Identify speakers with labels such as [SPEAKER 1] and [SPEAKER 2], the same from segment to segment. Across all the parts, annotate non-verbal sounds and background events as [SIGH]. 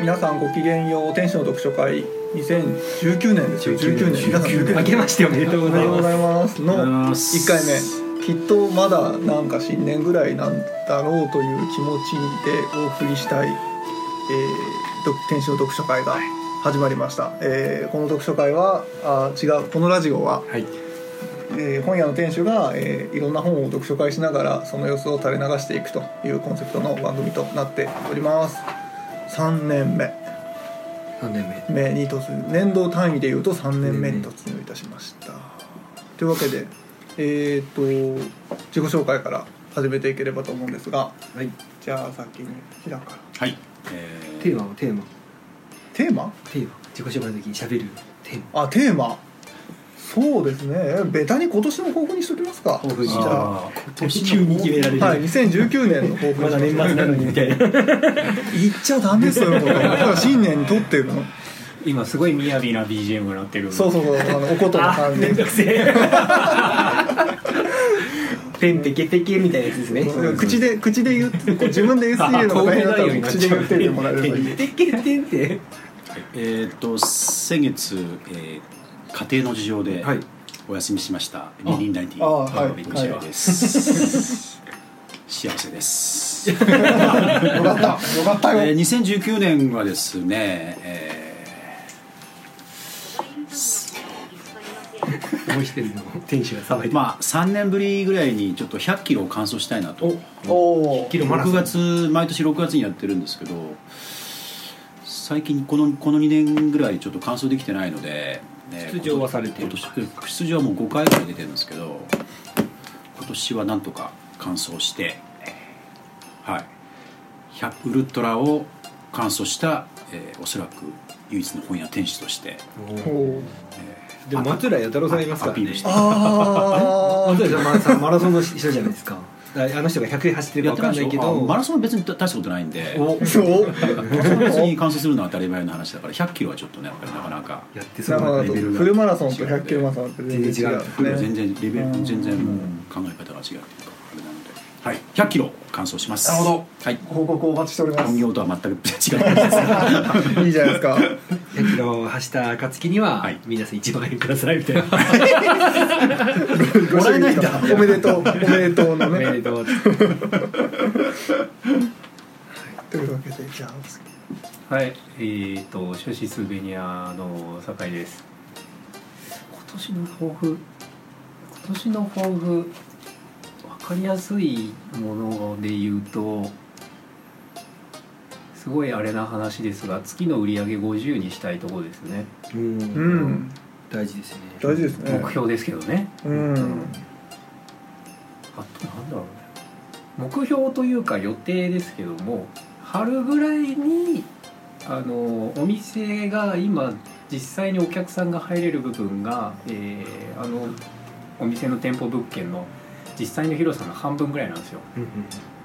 [SPEAKER 1] 皆さんごきげんよう天使の読書会2019年ですよ19年皆さん19年
[SPEAKER 2] 明けましておめでとうご
[SPEAKER 1] おめ
[SPEAKER 2] ざ
[SPEAKER 1] で
[SPEAKER 2] い
[SPEAKER 1] とうご
[SPEAKER 2] ます
[SPEAKER 1] ざいますの
[SPEAKER 3] ます
[SPEAKER 1] 1回目きっとまだなんか新年ぐらいなんだろうという気持ちでお送りしたい、えーど、天使の読書会が始まりました、えーこの読書会はあ違うこのラジオは、
[SPEAKER 2] はい
[SPEAKER 1] えー本屋の店主が、えーいろんな本を読書会しながらその様子を垂れ流していくというコンセプトの番組となっております3年目
[SPEAKER 2] 何年目
[SPEAKER 1] 目に突入年度単位でいうと3年目に突入いたしました、というわけでえーっと自己紹介から始めていければと思うんですが
[SPEAKER 2] はい
[SPEAKER 1] じゃあ先に平から
[SPEAKER 3] はい、え
[SPEAKER 2] テーマをテーマ
[SPEAKER 1] テーマ
[SPEAKER 2] テーマ自己紹介の時に喋るテーマ
[SPEAKER 1] あテーマそうですねベタに今年の抱負にしときますか
[SPEAKER 2] 抱負
[SPEAKER 1] じ
[SPEAKER 2] に
[SPEAKER 1] ゃあ
[SPEAKER 3] あ
[SPEAKER 2] 急に決められる、
[SPEAKER 1] はい、2019年の抱負
[SPEAKER 2] まだ年末なのにみたいな
[SPEAKER 1] 言っちゃダメですよ僕だから新年に撮ってるの
[SPEAKER 3] 今すごい雅な BGM が鳴ってる
[SPEAKER 1] そうそうそうあのおことの
[SPEAKER 2] あ
[SPEAKER 1] 感じ
[SPEAKER 2] めんどくせえペンペケペケみたいなやつですね
[SPEAKER 1] 口で口で言うこう自分で言うっていうのが大変だったら口で言ってもらえれば [LAUGHS] いい
[SPEAKER 2] ペケペケって
[SPEAKER 3] えーっと先月、えー、家庭の事情で
[SPEAKER 2] はい
[SPEAKER 3] お休みしました二輪ライティ
[SPEAKER 1] あはい
[SPEAKER 3] ベンチャー [LAUGHS] です、幸せ
[SPEAKER 1] [LAUGHS]
[SPEAKER 3] です
[SPEAKER 1] よかったよかった
[SPEAKER 3] えー
[SPEAKER 1] よ
[SPEAKER 3] 2019年はですね、え
[SPEAKER 2] もう一人の店主がさばい
[SPEAKER 3] ー
[SPEAKER 2] てま
[SPEAKER 3] まあ、3年ぶりぐらいにちょっと1 0 0キロを完走したいなと
[SPEAKER 1] おお
[SPEAKER 2] キロマラソ
[SPEAKER 3] 6
[SPEAKER 2] ン
[SPEAKER 3] 月毎年6月にやってるんですけど最近このこの2年ぐらいちょっと完走できてないので、ね
[SPEAKER 2] 出場はされてる
[SPEAKER 3] 今年今年出場はもう5回ぐらい出てるんですけど今年はなんとか完走してはい100ウルトラを完走した、えーおそらく唯一の本屋店主として
[SPEAKER 1] お
[SPEAKER 2] でも松浦弥太郎さんいますからね
[SPEAKER 3] アピールして
[SPEAKER 1] あ
[SPEAKER 2] 松浦さんマラソンマラソンの人じゃないですかだからあの人が100で走ってる
[SPEAKER 3] や
[SPEAKER 2] か
[SPEAKER 3] っ
[SPEAKER 2] 分
[SPEAKER 3] て
[SPEAKER 2] か
[SPEAKER 3] ま
[SPEAKER 2] んな
[SPEAKER 3] す
[SPEAKER 2] い
[SPEAKER 3] よ
[SPEAKER 2] け
[SPEAKER 3] あ
[SPEAKER 2] ど
[SPEAKER 3] マラソンは別に大したことないんで
[SPEAKER 2] お
[SPEAKER 1] あそう
[SPEAKER 3] マラソンは別に完走するのは当たり前の話だから100キロはちょっとねやっぱりなかなか。
[SPEAKER 2] やってそ
[SPEAKER 1] なる
[SPEAKER 2] う
[SPEAKER 1] ほ
[SPEAKER 2] な
[SPEAKER 1] ど
[SPEAKER 2] レベル
[SPEAKER 1] フルマラソンと100キロマラソンって全然違うね
[SPEAKER 3] 全然レベ
[SPEAKER 1] う
[SPEAKER 3] ル
[SPEAKER 1] ん
[SPEAKER 3] 全然もう考え方が違うっていうかあれなので、はい、100キロ完走します
[SPEAKER 1] なるほど
[SPEAKER 3] はい
[SPEAKER 1] 報告をお待ちしておりま
[SPEAKER 3] 本業とは [LAUGHS] 全く違う話です
[SPEAKER 1] すいいじゃないです [LAUGHS] か
[SPEAKER 2] 100キロ走った暁には
[SPEAKER 3] はい
[SPEAKER 2] 皆さん1万円くださいみ [LAUGHS] たいな
[SPEAKER 1] もらえないんだおめでとうおめでとうの
[SPEAKER 2] おめ
[SPEAKER 1] ね
[SPEAKER 2] でとう
[SPEAKER 1] というわけでじゃあ
[SPEAKER 4] はい、えー、と、書士スーベニアの酒井です。今年の抱負。今年の抱負。わかりやすいもので言うと。すごいあれな話ですが、月の売り上げ50にしたいところですね。
[SPEAKER 2] う
[SPEAKER 1] うんん
[SPEAKER 2] 大事ですね
[SPEAKER 1] 大事ですね
[SPEAKER 4] 目標ですけどね。
[SPEAKER 1] うん
[SPEAKER 4] あとなんだろうね目標というか予定ですけども春ぐらいにあのお店が今実際にお客さんが入れる部分が、えーあのお店の店舗物件の実際の広さの半分ぐらいなんですよ。
[SPEAKER 2] うんうん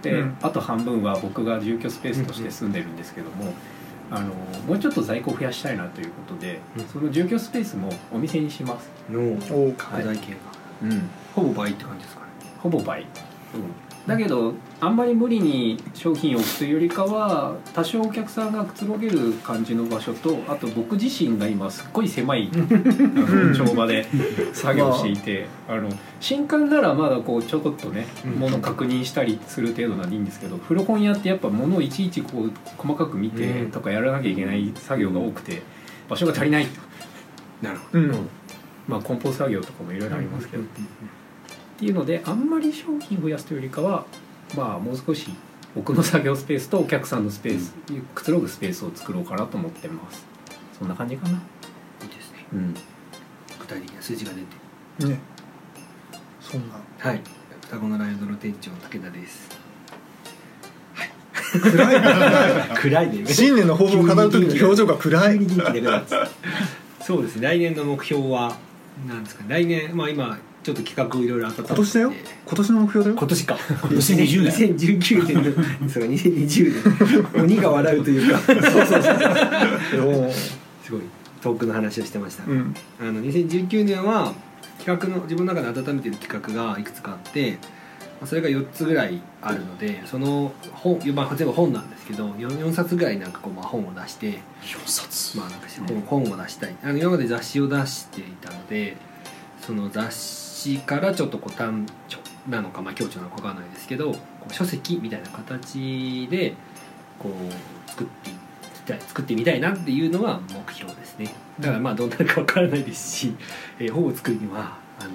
[SPEAKER 4] で、
[SPEAKER 1] うん
[SPEAKER 4] あと半分は僕が住居スペースとして住んでるんですけども、あのもうちょっと在庫増やしたいなということで、
[SPEAKER 2] うん
[SPEAKER 4] その住居スペースもお店にします。
[SPEAKER 2] の
[SPEAKER 1] お
[SPEAKER 2] 拡大系が
[SPEAKER 4] うん
[SPEAKER 2] ほぼ倍って感じですかね
[SPEAKER 4] ほぼ倍、だけどあんまり無理に商品を置くというよりかは多少お客さんがくつろげる感じの場所とあと僕自身が今すっごい狭いあの帳場で作業していて、あ、の新刊ならまだこうちょこっとね
[SPEAKER 2] うん
[SPEAKER 4] 物確認したりする程度ならいいんですけど古本屋ってやっぱ物をいちいちこう細かく見て
[SPEAKER 2] うん
[SPEAKER 4] とかやらなきゃいけない作業が多くて場所が足りないと、
[SPEAKER 2] なるほ
[SPEAKER 1] うん
[SPEAKER 4] まあ、梱包作業とかもいろいろありますけど。
[SPEAKER 2] うん
[SPEAKER 4] っていうのであんまり商品増やすというよりかはまあもう少し奥の作業スペースとお客さんのスペース、くつろぐスペースを作ろうかなと思ってますそんな感じかな、
[SPEAKER 2] いいですね
[SPEAKER 4] うん、
[SPEAKER 2] 具体的な数字が出て
[SPEAKER 1] ねそんな
[SPEAKER 2] はい双子のライオンの店長武田です
[SPEAKER 1] 暗い
[SPEAKER 2] 暗いね
[SPEAKER 1] 新年の抱負を語る時の表情が暗い
[SPEAKER 2] そうですね来年の目標はなんですかね来年まあ今ちょっと企画をいろいろ当たった
[SPEAKER 1] 今年だよ今年の目標だよ
[SPEAKER 2] 今年か
[SPEAKER 3] 2020年
[SPEAKER 2] 2019年のそうか2020年鬼が笑うというか [LAUGHS] すごい遠くの話をしてましたが、
[SPEAKER 1] うん
[SPEAKER 2] あの2019年は企画の自分の中で温めてる企画がいくつかあってそれが4つぐらいあるのでその本、まあ、全部本なんですけど 4, 4冊ぐらいなんかこう、まあ、本を出して、
[SPEAKER 3] 4冊
[SPEAKER 2] まあ、なんか本本を出したいあの今まで雑誌を出していたのでその雑誌からちょっとこう短調なのか、まあ、強調なのかわかんないですけどこう書籍みたいな形でこう作っていきたい作ってみたいなっていうのは目標ですねだからまあどうなるかわからないですし、えー本を作るにはあの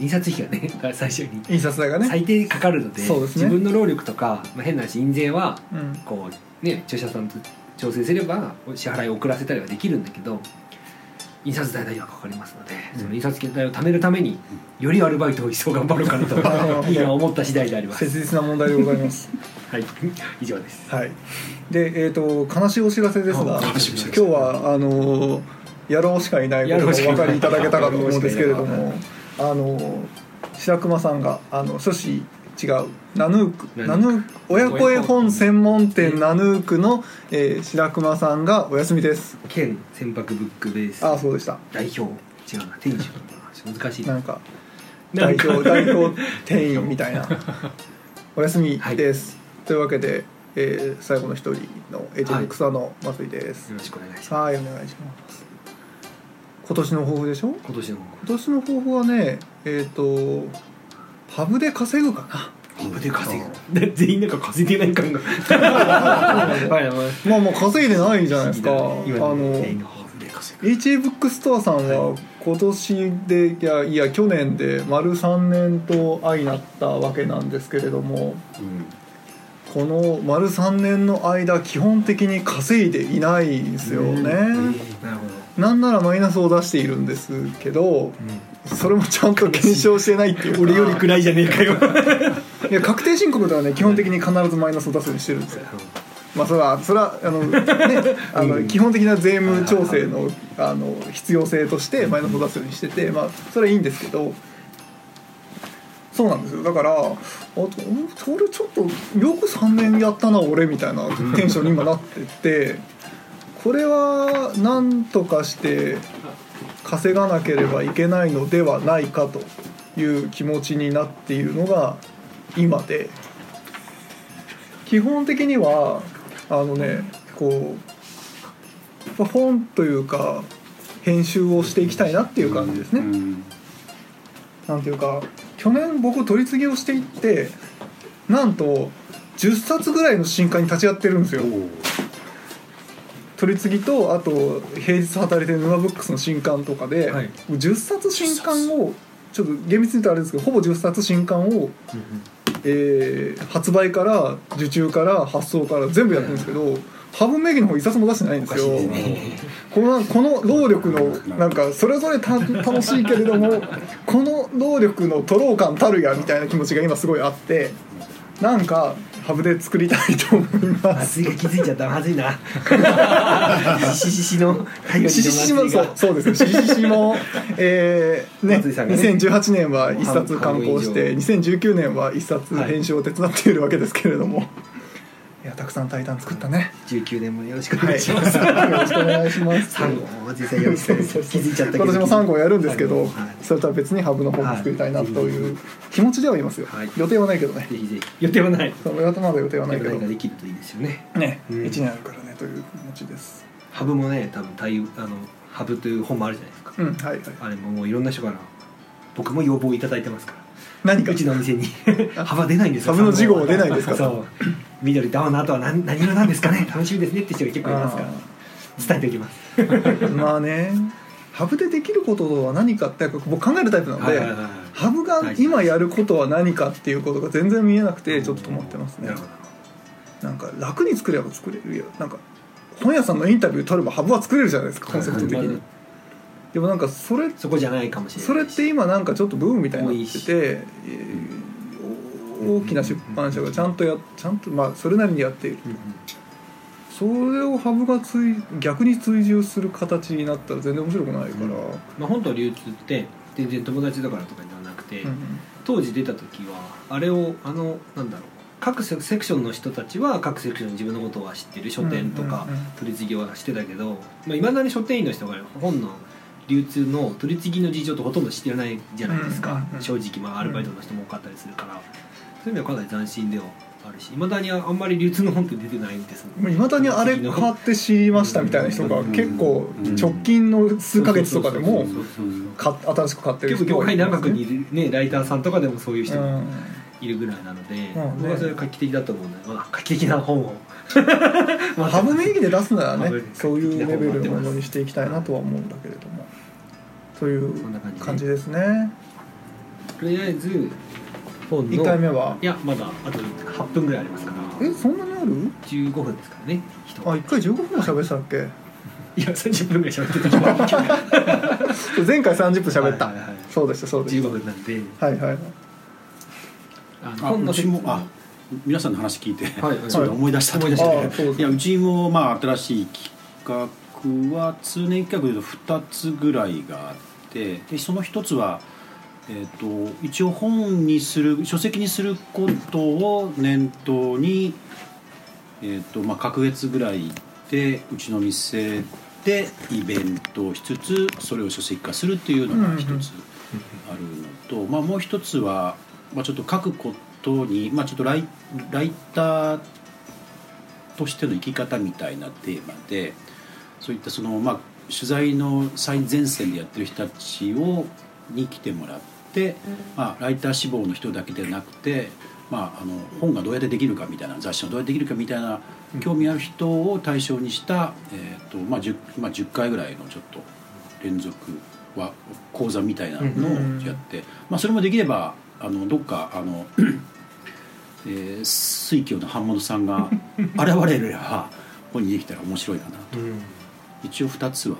[SPEAKER 2] 印刷費がね [LAUGHS] 最初に
[SPEAKER 1] 印刷代がね、
[SPEAKER 2] 最低かかるので
[SPEAKER 1] そうですね
[SPEAKER 2] 自分の労力とか、まあ、変な話印税は
[SPEAKER 1] うん、
[SPEAKER 2] こうね著者さんと調整すれば支払いを遅らせたりはできるんだけど印刷代だけはかかりますので、
[SPEAKER 4] うん
[SPEAKER 2] その印刷代を貯めるためによりアルバイトを一層頑張ろうかなと今思った次第であります
[SPEAKER 1] 切実な問題でございます
[SPEAKER 2] はい以上です
[SPEAKER 1] はい、で、えー、と悲しいお知らせですが
[SPEAKER 2] あ
[SPEAKER 1] 今
[SPEAKER 2] 悲
[SPEAKER 3] しいお知ら
[SPEAKER 1] 日
[SPEAKER 3] せ
[SPEAKER 1] はあの野郎しかいないことをお分かりいただけたかと思うんですけれど
[SPEAKER 2] 野郎
[SPEAKER 1] もあの白熊さんがあの初子違うナヌークナ
[SPEAKER 2] ナ
[SPEAKER 1] ヌーク親子絵本専門店ナヌークの、えー白熊さんがお休みです
[SPEAKER 2] 県船舶ブックベース
[SPEAKER 1] ああそうでした
[SPEAKER 2] 代表違うな店主難しい
[SPEAKER 1] なんか
[SPEAKER 2] な
[SPEAKER 1] 代
[SPEAKER 2] んか [LAUGHS]
[SPEAKER 1] 表代表店員みたいなお休みです、というわけで、えー最後の一人のエジェン草野松井です、
[SPEAKER 2] よろしくお願いします
[SPEAKER 1] はいお願いします今年の抱負でしょ
[SPEAKER 2] 今年の目
[SPEAKER 1] 今年の抱負はねえっ、とパブで稼ぐか
[SPEAKER 2] 標で稼ぐ全員なんか稼いでない感が [LAUGHS] はいはい
[SPEAKER 1] なまあまあ稼いでないじゃないですかあ
[SPEAKER 2] 今の
[SPEAKER 1] の
[SPEAKER 2] 全員の
[SPEAKER 3] で稼
[SPEAKER 1] HA ブックストアさんは今年で、い、やいや去年で丸3年と相なったわけなんですけれども
[SPEAKER 3] ぐ、うん、
[SPEAKER 1] この丸3年の間基本的に稼いでいないんですよね、
[SPEAKER 2] なるほど、
[SPEAKER 1] なんならマイナスを出しているんですけどそれもちゃんと検証してないっていうか
[SPEAKER 2] 俺より暗いじゃねえかよ
[SPEAKER 1] いや確定申告ではね基本的に必ずマイナスを出すようにしてるんですよまあそれはそれはあの、ね、あの基本的な税務調整のあの必要性としてマイナスを出すようにしててまあそれはいいんですけどそうなんですよだからあとんそれちょっとよく3年やったな俺みたいなテンションに今なっててこれはなんとかして稼がなければいけないのではないかという気持ちになっているのが今で基本的にはあのねこう本というか編集をしていきたいなっていう感じですね。
[SPEAKER 3] うん
[SPEAKER 1] なんていうか去年僕取り次ぎをしていってなんと10冊ぐらいの新刊に立ち会ってるんですよ
[SPEAKER 3] おう
[SPEAKER 1] 取り次ぎとあと平日働いてる沼ブックスの新刊とかで、
[SPEAKER 2] はい
[SPEAKER 1] 10冊新刊をちょっと厳密に言うとあれですけどほぼ10冊新刊を、えー発売から受注から発送から全部やってるんですけどハブ名義の方一冊も出してないんですよ。このこの労力のなんかそれぞれた楽しいけれどもこの労力のとろう感たるやみたいな気持ちが今すごいあってなんかハブで作りたいと思います
[SPEAKER 2] 松井が気づいちゃったまずい [LAUGHS] なシシシの太陽の
[SPEAKER 1] しししも
[SPEAKER 2] 松井
[SPEAKER 1] そ
[SPEAKER 2] が
[SPEAKER 1] うそうですねしししもえ
[SPEAKER 2] [LAUGHS]
[SPEAKER 1] ーね
[SPEAKER 2] 松井さんがね
[SPEAKER 1] 2018年は一冊刊行して
[SPEAKER 2] 半分以
[SPEAKER 1] 2019年は一冊
[SPEAKER 2] はい
[SPEAKER 1] 編集を手伝っているわけですけれども、い、やたくさん「タイタン」作ったね
[SPEAKER 2] 19年もよろしくお
[SPEAKER 1] は
[SPEAKER 2] 願
[SPEAKER 1] い
[SPEAKER 2] いし
[SPEAKER 1] よ
[SPEAKER 2] ます、
[SPEAKER 1] ろしくお願いします
[SPEAKER 2] 三号松井さんよろしくお願いします気づいちゃったけど
[SPEAKER 1] 今年も3号やるんですけど、
[SPEAKER 2] はい
[SPEAKER 1] それとは別にハブの方を作りたいなという気持ちではいますよ、
[SPEAKER 2] はい
[SPEAKER 1] 予定はないけどね
[SPEAKER 2] ぜひぜひ予定はない
[SPEAKER 1] そのまだ予定はな
[SPEAKER 2] 予
[SPEAKER 1] いけ
[SPEAKER 2] 定
[SPEAKER 1] ど
[SPEAKER 2] が
[SPEAKER 1] ね
[SPEAKER 2] できるといいですよね
[SPEAKER 1] 1
[SPEAKER 2] うん
[SPEAKER 1] 年あるからねという気持ちです
[SPEAKER 2] ハブもね多分太陽あのハブという本もあるじゃないですか、
[SPEAKER 1] うんはいはい
[SPEAKER 2] あれももういろんな人から僕も要望いただいてますから
[SPEAKER 1] 何か
[SPEAKER 2] うちのお店に [LAUGHS] 幅出ないんですよ
[SPEAKER 1] 株の事後出ないですか
[SPEAKER 2] [LAUGHS] そう緑と青の後は何何色なんですかね楽しみですねって人が結構いますから
[SPEAKER 1] あ
[SPEAKER 2] 伝えておきます
[SPEAKER 1] ー [LAUGHS] まあねハブでできることとは何かって僕考えるタイプなので、
[SPEAKER 2] はいはいはい
[SPEAKER 1] ハブが今やることは何かっていうことが全然見えなくてちょっと止まってますね
[SPEAKER 2] なるほど
[SPEAKER 1] なんか楽に作れば作れるよなんか本屋さんのインタビュー取ればハブは作れるじゃないですかコンセプト的
[SPEAKER 2] はいはい
[SPEAKER 1] にでもなんかそれ
[SPEAKER 2] そこじゃないかもしれない
[SPEAKER 1] それって今なんかちょっとブームみたいになっ
[SPEAKER 2] 多い
[SPEAKER 1] て、
[SPEAKER 2] して
[SPEAKER 1] えーお大きな出版社がちゃんとやちゃんとまあそれなりにやっている
[SPEAKER 2] うんうん
[SPEAKER 1] それをハブが追逆に追従する形になったら全然面白くないから、うん
[SPEAKER 2] まあ、本と流通って全然友達だからとかではなくて、当時出た時はあれをあのなんだろう各セセクションの人たちは各セクションに自分のことは知ってる書店とか
[SPEAKER 1] うんうんうん
[SPEAKER 2] 取り次ぎはしてたけどいまあ、未だに書店員の人が本の流通の取り次ぎの事情ってほとんど知ってないじゃないです
[SPEAKER 1] うん
[SPEAKER 2] か
[SPEAKER 1] うんうん
[SPEAKER 2] 正直まあアルバイトの人も多かったりするからそういう意味ではかなり斬新ではあるしいまだにあんまり流通の本って出てないんですもん
[SPEAKER 1] いまだにあれ買って知りましたみたいな人が結構直近の数ヶ月とかでも
[SPEAKER 2] そうそうそうそう
[SPEAKER 1] 買っ新しく買ってる
[SPEAKER 2] 結構
[SPEAKER 1] 人
[SPEAKER 2] 業
[SPEAKER 1] が
[SPEAKER 2] 界
[SPEAKER 1] いま
[SPEAKER 2] 長
[SPEAKER 1] すね
[SPEAKER 2] くにいるねライターさんとかでもそういう人
[SPEAKER 1] う
[SPEAKER 2] が
[SPEAKER 1] ん
[SPEAKER 2] いるぐらいなので、
[SPEAKER 1] うん
[SPEAKER 2] 僕はそれは画期的だと思うので、まあ、画期的な本をま
[SPEAKER 1] ハブ名義で出すなら
[SPEAKER 2] ハ
[SPEAKER 1] ね
[SPEAKER 2] ブ
[SPEAKER 1] そういうレベルのものにしていきたいなとは思うんだけれどもという
[SPEAKER 2] そんな感じで
[SPEAKER 1] 感じですね
[SPEAKER 2] とりあえず本の
[SPEAKER 1] 1回目はい
[SPEAKER 2] やまだあと8分ぐらいありますから
[SPEAKER 1] えそんなにある
[SPEAKER 2] 15分ですからね人
[SPEAKER 1] あ一回15分喋ってたっけ
[SPEAKER 2] いや30分ぐらい喋ってた喋
[SPEAKER 1] 前回30分喋った
[SPEAKER 2] はいはいはい
[SPEAKER 1] そうでしたそうでし
[SPEAKER 2] 15分なんで
[SPEAKER 1] たはいはい
[SPEAKER 2] あの
[SPEAKER 3] あ
[SPEAKER 2] 本の
[SPEAKER 3] うちも
[SPEAKER 2] 説明
[SPEAKER 3] あ皆さんの話聞いて、
[SPEAKER 2] はいはい
[SPEAKER 3] それで思い出した
[SPEAKER 2] 思い出した
[SPEAKER 1] あそうです
[SPEAKER 3] いやうちもまあ新しい企画は通年企画でいうと2つぐらいがあってでその1つは、えー、と一応本にする書籍にすることを念頭に、えーとまあ、隔月ぐらいでうちの店でイベントをしつつそれを書籍化するっていうのが1
[SPEAKER 1] う
[SPEAKER 3] つ。
[SPEAKER 1] んうん
[SPEAKER 3] あるのと、まあ、もう一つは、まあ、ちょっと書くことに、まあ、ちょっとライライターとしての生き方みたいなテーマでそういったその、まあ、取材の最前線でやってる人たちをに来てもらって、まあ、ライター志望の人だけでなくて、まあ、あの本がどうやってできるかみたいな雑誌がどうやってできるかみたいな興味ある人を対象にした、えーとまあ 10, まあ、10回ぐらいのちょっと連続は講座みたいなのをやって、まあ、それもできればあのどっかあの、えー水郷の版元さ
[SPEAKER 1] [LAUGHS]
[SPEAKER 3] んが現れれば本にできたら面白いかなと
[SPEAKER 2] うん
[SPEAKER 3] 一応2つは、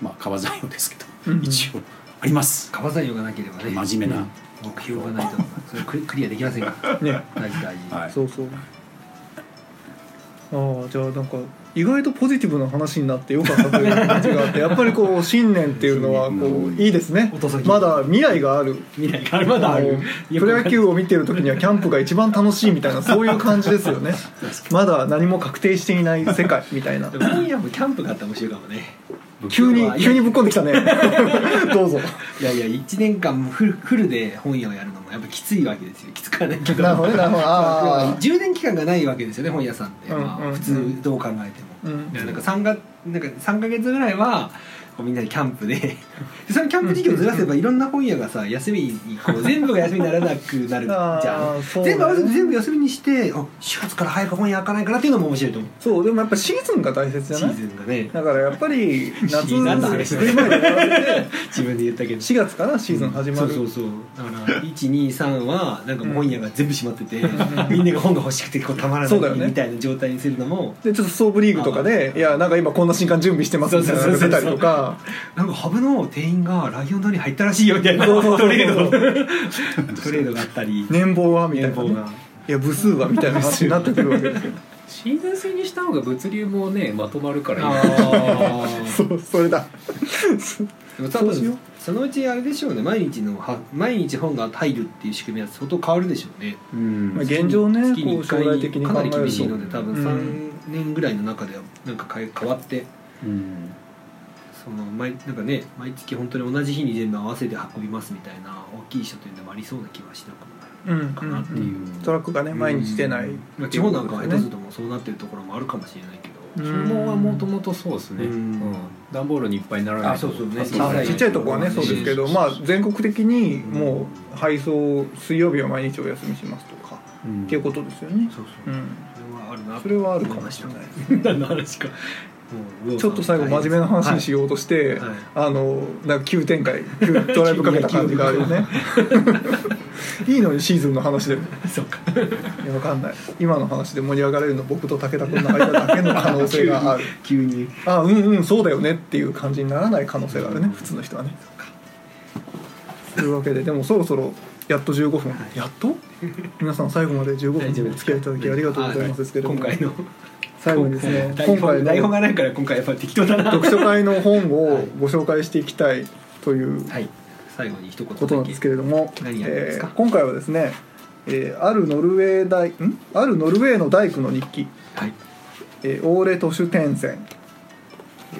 [SPEAKER 3] まあ、川材料ですけど、
[SPEAKER 1] うんうん
[SPEAKER 3] 一応あります
[SPEAKER 2] 川材料がなければね
[SPEAKER 3] 真面目
[SPEAKER 2] う
[SPEAKER 3] な
[SPEAKER 2] ん目標がないとそれクリクリアできませんから
[SPEAKER 1] ね
[SPEAKER 2] 大事大事、
[SPEAKER 3] はい
[SPEAKER 1] そうそうああじゃあなんか意外とポジティブな話になってよかったという感じが
[SPEAKER 2] [LAUGHS]
[SPEAKER 1] あってやっぱりこう信念っていうのはこういいですね
[SPEAKER 2] お父さん
[SPEAKER 1] まだ未来がある
[SPEAKER 2] 未来があるまだある
[SPEAKER 1] あのプロ野球を見てる時にはキャンプが一番楽しいみた
[SPEAKER 2] [LAUGHS]
[SPEAKER 1] いなそういう感じですよねまだ何も確定していない世界みたいな
[SPEAKER 2] でも今夜もキャンプがあったら面白いかもね
[SPEAKER 1] 急に急にぶっこんできたね
[SPEAKER 2] [LAUGHS]
[SPEAKER 1] どうぞ
[SPEAKER 2] いやいや1年間フルフルで本屋をやるのもやっぱきついわけですよきつくはないけど
[SPEAKER 1] なるほどねなるほどああ
[SPEAKER 2] 充電期間がないわけですよね本屋さんって、
[SPEAKER 1] うん
[SPEAKER 2] ま
[SPEAKER 1] うん
[SPEAKER 2] あ、普通どう考えて
[SPEAKER 1] う
[SPEAKER 2] も、
[SPEAKER 1] ん
[SPEAKER 2] だからなんか3がなんか三ヶ月ぐらいはこうみんなでキャンプで [LAUGHS] でそのキャンプ時期をずらせばいろんな本屋がさ休み
[SPEAKER 1] [LAUGHS]
[SPEAKER 2] にこう全部が休みにならなくなるじゃ
[SPEAKER 1] あー
[SPEAKER 2] ん
[SPEAKER 1] そうね
[SPEAKER 2] 全部合わせて全部休みにしてあ4月から早く本屋開かないかなっていうのも面白いと思う
[SPEAKER 1] そうでもやっぱシーズンが大切じゃ
[SPEAKER 2] シ
[SPEAKER 1] な
[SPEAKER 2] ー
[SPEAKER 1] い
[SPEAKER 2] ズンが
[SPEAKER 1] [LAUGHS]
[SPEAKER 2] ね
[SPEAKER 1] だからやっぱり夏
[SPEAKER 2] [LAUGHS] シーズンの話
[SPEAKER 1] 冬までやられて
[SPEAKER 2] 自分で言ったけど
[SPEAKER 1] 4月からシーズン始まる、
[SPEAKER 2] そうそうそうだから123はなんかもう本屋が全部閉まってて、
[SPEAKER 1] ん
[SPEAKER 2] みんなが本が欲しくてこうたまら
[SPEAKER 1] そうだよ
[SPEAKER 2] ない
[SPEAKER 1] ね
[SPEAKER 2] みたいな状態にするのも、
[SPEAKER 1] でちょっとソーブリーグとかで「いやなんか今こんな新刊準備してます」みたいなのが出たりとか
[SPEAKER 2] なんかハブの店員がライオン通り入ったらしいよみたいな
[SPEAKER 1] そうそうそう
[SPEAKER 2] トレードトレードがあったり
[SPEAKER 1] [LAUGHS] 年俸はみたいな、
[SPEAKER 2] 年俸が
[SPEAKER 1] ね、いや部数はみたいな話になってくるわけですよ
[SPEAKER 4] シーズン制にした方が物流もねまとまるからいいよ
[SPEAKER 2] あー
[SPEAKER 1] そうそれだ
[SPEAKER 2] でも多
[SPEAKER 1] そうしよう
[SPEAKER 2] 分そのうちあれでしょうね毎日のは毎日本が入るっていう仕組みは相当変わるでしょうね
[SPEAKER 3] うん
[SPEAKER 1] まあ現状ね
[SPEAKER 2] 月に
[SPEAKER 1] こう
[SPEAKER 2] 一
[SPEAKER 1] 将
[SPEAKER 2] 回
[SPEAKER 1] 来的に
[SPEAKER 2] か
[SPEAKER 1] 考
[SPEAKER 2] な
[SPEAKER 1] え
[SPEAKER 2] り
[SPEAKER 1] ると
[SPEAKER 2] 厳しいので多
[SPEAKER 1] う
[SPEAKER 2] 分
[SPEAKER 1] ん
[SPEAKER 2] 3年ぐらいの中ではなんか変え変わって
[SPEAKER 3] うん
[SPEAKER 2] その毎なんかね毎月本当に同じ日に全部合わせて運びますみたいな大きい書店でもありそうな気はしなくもない
[SPEAKER 1] うん、うん
[SPEAKER 2] かなってい
[SPEAKER 1] う
[SPEAKER 2] う
[SPEAKER 1] ん
[SPEAKER 3] ん
[SPEAKER 1] トラックがね毎日出ない、
[SPEAKER 2] まあ地方なんかは下手するともうそうなってるところもあるかもしれないけど、
[SPEAKER 1] うん
[SPEAKER 4] 注文はもともとそうですね、
[SPEAKER 2] うん
[SPEAKER 4] うん段ボールにいっぱいにならない
[SPEAKER 2] あそうそうね
[SPEAKER 4] 助
[SPEAKER 2] 小
[SPEAKER 4] か
[SPEAKER 2] さ
[SPEAKER 4] ら
[SPEAKER 1] あ
[SPEAKER 4] ない
[SPEAKER 1] ちっちゃいとこはねそうですけど、まあ、全国的にもう配送水曜日は毎日お休みしますとか、
[SPEAKER 3] うん
[SPEAKER 1] っていうことですよね、
[SPEAKER 2] そうそうう、
[SPEAKER 1] ん、
[SPEAKER 2] それはあるな
[SPEAKER 1] それはあるかもしれない
[SPEAKER 2] 何の話かもう右往左往
[SPEAKER 1] ちょっと最後真面目な話にしようとして、
[SPEAKER 2] はいはい
[SPEAKER 1] あのなんか急展開急ドライブかけた感じがあるよ
[SPEAKER 2] [LAUGHS]
[SPEAKER 1] ねいいのにシーズンの話でい
[SPEAKER 2] はいそうか
[SPEAKER 1] やわかんない今の話で盛り上がれるの僕と武田君の間だけの可能性がある
[SPEAKER 2] 急に
[SPEAKER 1] あうんうんそうだよねっていう感じにならない可能性があるね普通の人はねというわけででもそろそろやっと15分、やっと皆さん最後まで15
[SPEAKER 2] 大丈夫
[SPEAKER 1] 分お
[SPEAKER 2] です
[SPEAKER 1] 付き合いいただきありがとうございますですけれども
[SPEAKER 2] 今回の
[SPEAKER 1] 最後にですね
[SPEAKER 2] 台
[SPEAKER 1] 今回
[SPEAKER 2] 本
[SPEAKER 1] の
[SPEAKER 2] 台本がないから今回やっぱ適当だな
[SPEAKER 1] 読書会の本をご紹介していきたいという
[SPEAKER 2] はい最後に一言だけ
[SPEAKER 1] ことなんですけれども、
[SPEAKER 2] 何やるんですか
[SPEAKER 1] えー今回はですね、えーあるノルウェー大んあるノルウェーの大工の日記、
[SPEAKER 2] はい
[SPEAKER 1] えーオーレ・トシュテンセン、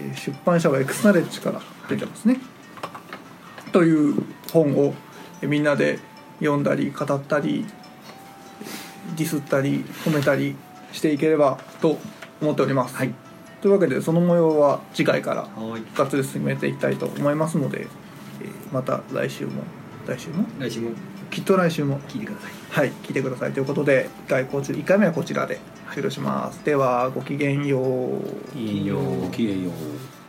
[SPEAKER 1] えー出版社はエクスナレッジから出てますね、という本をえーみんなで読んだり語ったりディスったり褒めたりしていければと思っております、
[SPEAKER 2] はい
[SPEAKER 1] というわけでその模様は次回から
[SPEAKER 2] はい
[SPEAKER 1] 復活で進めていきたいと思いますので、えーまた来週も来週も
[SPEAKER 2] 来週も
[SPEAKER 1] きっと来週も
[SPEAKER 2] 聞いてください
[SPEAKER 1] はい聞いてくださいということで1回こち1回目はこちらで終了します、ではごきげんよう
[SPEAKER 4] いいよ
[SPEAKER 3] ごきげんよう